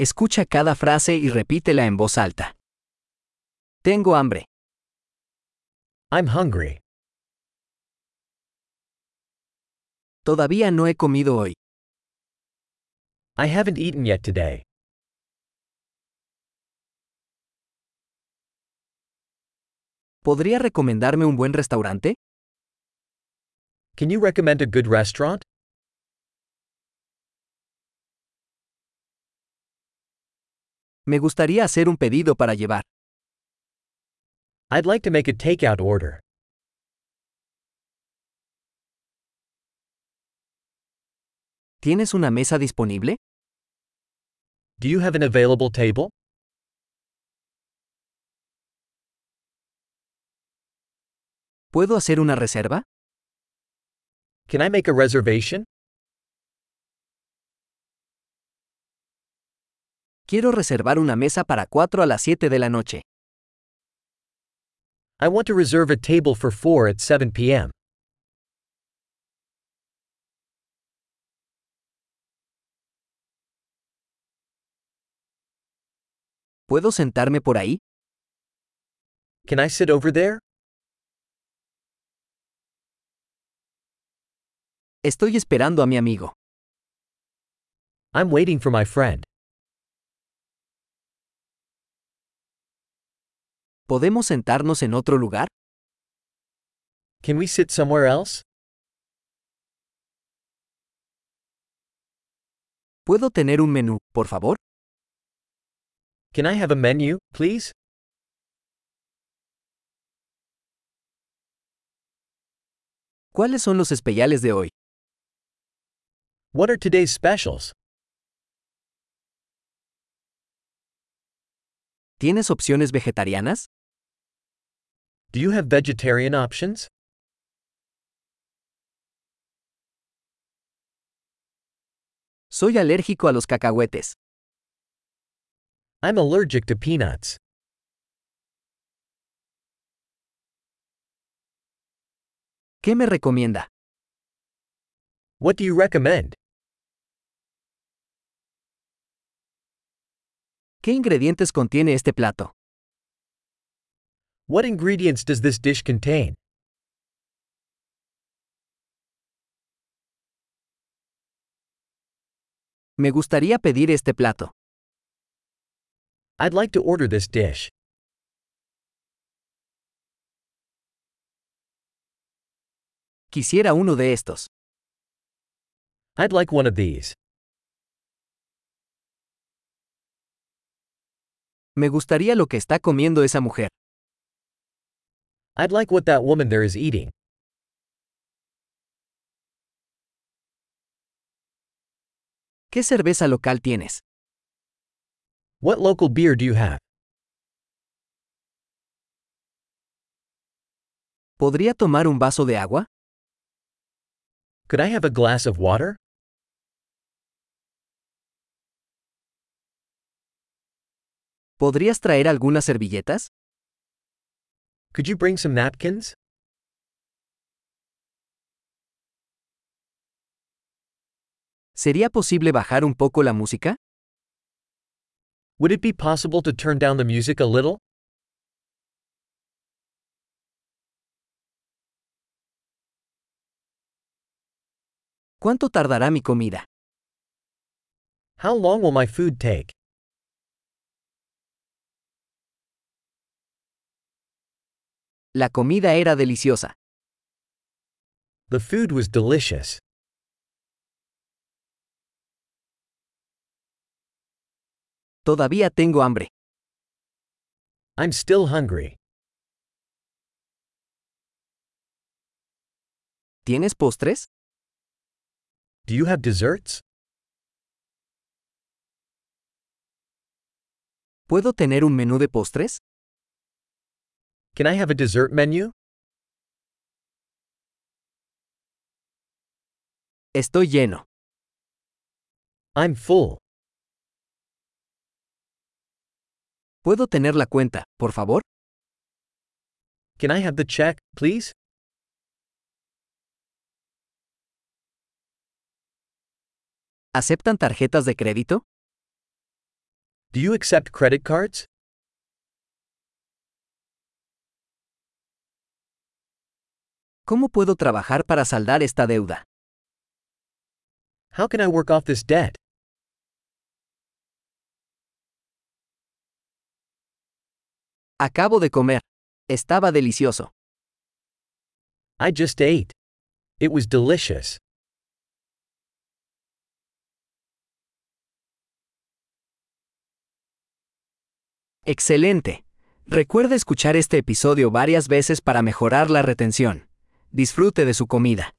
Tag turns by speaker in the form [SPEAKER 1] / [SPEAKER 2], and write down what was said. [SPEAKER 1] Escucha cada frase y repítela en voz alta. Tengo hambre.
[SPEAKER 2] I'm hungry.
[SPEAKER 1] Todavía no he comido hoy.
[SPEAKER 2] I haven't eaten yet today.
[SPEAKER 1] ¿Podría recomendarme un buen restaurante?
[SPEAKER 2] Can you recommend a good restaurant?
[SPEAKER 1] Me gustaría hacer un pedido para llevar.
[SPEAKER 2] I'd like to make a takeout order.
[SPEAKER 1] ¿Tienes una mesa disponible?
[SPEAKER 2] Do you have an available table?
[SPEAKER 1] ¿Puedo hacer una reserva?
[SPEAKER 2] Can I make a reservation?
[SPEAKER 1] Quiero reservar una mesa para 4 a las 7 de la noche.
[SPEAKER 2] I want to reserve a table for 4 at 7 p.m.
[SPEAKER 1] ¿Puedo sentarme por ahí?
[SPEAKER 2] Can I sit over there?
[SPEAKER 1] Estoy esperando a mi amigo.
[SPEAKER 2] I'm waiting for my friend.
[SPEAKER 1] ¿Podemos sentarnos en otro lugar?
[SPEAKER 2] Can we sit somewhere else?
[SPEAKER 1] ¿Puedo tener un menú, por favor?
[SPEAKER 2] Can I have a menu, please?
[SPEAKER 1] ¿Cuáles son los especiales de hoy?
[SPEAKER 2] What are today's specials?
[SPEAKER 1] ¿Tienes opciones vegetarianas?
[SPEAKER 2] Do you have vegetarian options?
[SPEAKER 1] Soy alérgico a los cacahuetes.
[SPEAKER 2] I'm allergic to peanuts.
[SPEAKER 1] ¿Qué me recomienda?
[SPEAKER 2] What do you recommend?
[SPEAKER 1] ¿Qué ingredientes contiene este plato?
[SPEAKER 2] What ingredients does this dish contain?
[SPEAKER 1] Me gustaría pedir este plato.
[SPEAKER 2] I'd like to order this dish.
[SPEAKER 1] Quisiera uno de estos.
[SPEAKER 2] I'd like one of these.
[SPEAKER 1] Me gustaría lo que está comiendo esa mujer.
[SPEAKER 2] I'd like what that woman there is eating.
[SPEAKER 1] ¿Qué cerveza local tienes?
[SPEAKER 2] What local beer do you have?
[SPEAKER 1] ¿Podría tomar un vaso de agua?
[SPEAKER 2] Could I have a glass of water?
[SPEAKER 1] ¿Podrías traer algunas servilletas?
[SPEAKER 2] Could you bring some napkins?
[SPEAKER 1] ¿Sería posible bajar un poco la música?
[SPEAKER 2] Would it be possible to turn down the music a little?
[SPEAKER 1] ¿Cuánto tardará mi comida?
[SPEAKER 2] How long will my food take?
[SPEAKER 1] La comida era deliciosa.
[SPEAKER 2] The food was delicious.
[SPEAKER 1] Todavía tengo hambre.
[SPEAKER 2] I'm still hungry.
[SPEAKER 1] ¿Tienes postres?
[SPEAKER 2] Do you have desserts?
[SPEAKER 1] ¿Puedo tener un menú de postres?
[SPEAKER 2] Can I have a dessert menu?
[SPEAKER 1] Estoy lleno.
[SPEAKER 2] I'm full.
[SPEAKER 1] ¿Puedo tener la cuenta, por favor?
[SPEAKER 2] Can I have the check, please?
[SPEAKER 1] ¿Aceptan tarjetas de crédito?
[SPEAKER 2] Do you accept credit cards?
[SPEAKER 1] ¿Cómo puedo trabajar para saldar esta deuda?
[SPEAKER 2] How can I work off this debt?
[SPEAKER 1] Acabo de comer. Estaba delicioso.
[SPEAKER 2] I just ate. It was delicious.
[SPEAKER 1] Excelente. Recuerda escuchar este episodio varias veces para mejorar la retención. Disfrute de su comida.